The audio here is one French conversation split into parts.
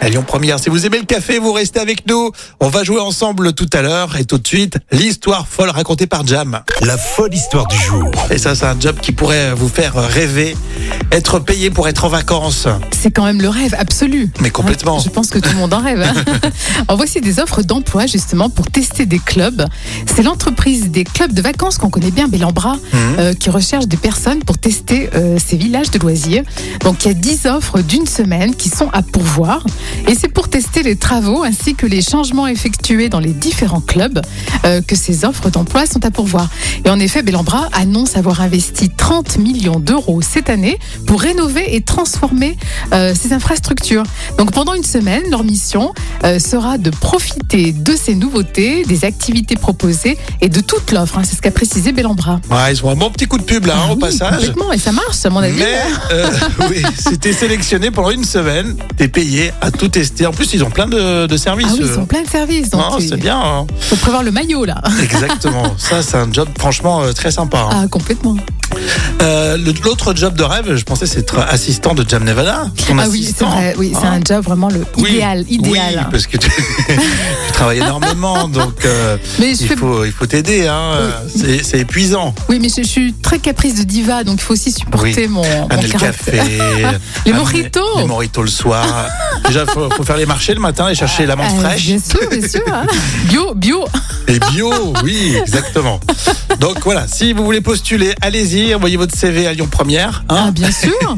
À Lyon Première, si vous aimez le café, vous restez avec nous. On va jouer ensemble tout à l'heure et tout de suite l'histoire folle racontée par Jam. La folle histoire du jour. Et ça, c'est un job qui pourrait vous faire rêver, être payé pour être en vacances. C'est quand même le rêve absolu. Mais complètement. Je pense que tout le monde en rêve. hein. en voici des offres d'emploi justement pour tester des clubs. C'est l'entreprise des clubs de vacances qu'on connaît bien, Bellambra, Mhm. euh, qui recherche des personnes pour tester euh, ces villages de loisirs. Donc il y a 10 offres d'une semaine qui sont à pourvoir. Et c'est pour tester les travaux ainsi que les changements effectués dans les différents clubs euh, que ces offres d'emploi sont à pourvoir. Et en effet, Bellambra annonce avoir investi 30 millions d'euros cette année pour rénover et transformer euh, ces infrastructures. Donc pendant une semaine, leur mission euh, sera de profiter de ces nouveautés, des activités proposées et de toute l'offre. hein. c'est ce qu'a précisé Bellambra. Ouais, ils ont un bon petit coup de pub là, hein, Ah au oui, passage. Complètement, et ça marche à mon avis. Mais euh, oui, si t'es sélectionné pendant une semaine, t'es payé à tout tester. En plus, ils ont plein de, de services. Ah oui, ils euh. ont plein de services. Donc Non, il c'est bien. hein. faut prévoir le maillot là. Exactement. ça, c'est un job franchement euh, très sympa. hein. Ah, complètement. Euh, le- L'autre job de rêve, je pensais, c'est être assistant de Jam Nevada. Ton ah oui, c'est assistant. vrai. Oui, c'est hein. un job vraiment le Oui, idéal, idéal. Oui, parce que tu, tu travailles énormément, donc euh, Mais je il fais faut il faut t'aider. Hein, euh, c'est- C'est épuisant. Oui, mais je, je suis très caprice de diva, donc il faut aussi supporter mon, mon Amener le caractère. café, Les amener mojitos. les mojitos le soir. Déjà, faut, faut faire les marchés le matin et chercher la menthe Euh, fraîche Hein Bien sûr, bien sûr. hein. Bio, bio. et bio. Oui, exactement. Donc voilà, si vous voulez postuler, allez-y, envoyez votre CV à Lyon Première. hein. Ah, bien sûr.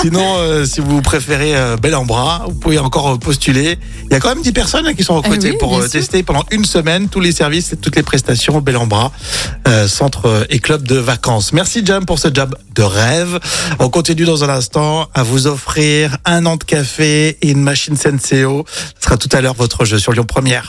Sinon, euh, si vous préférez euh, Bellambra, vous pouvez encore euh, postuler. Il y a quand même 10 personnes hein, qui sont recrutées Eh oui, pour bien euh, sûr. tester pendant une semaine tous les services et toutes les prestations au Bellambra, euh, centre euh, et club de vacances. Merci Jam pour ce job de rêve. On continue dans un instant à vous offrir un an de café et une machine Senseo. Ce sera tout à l'heure votre jeu sur Lyon Première.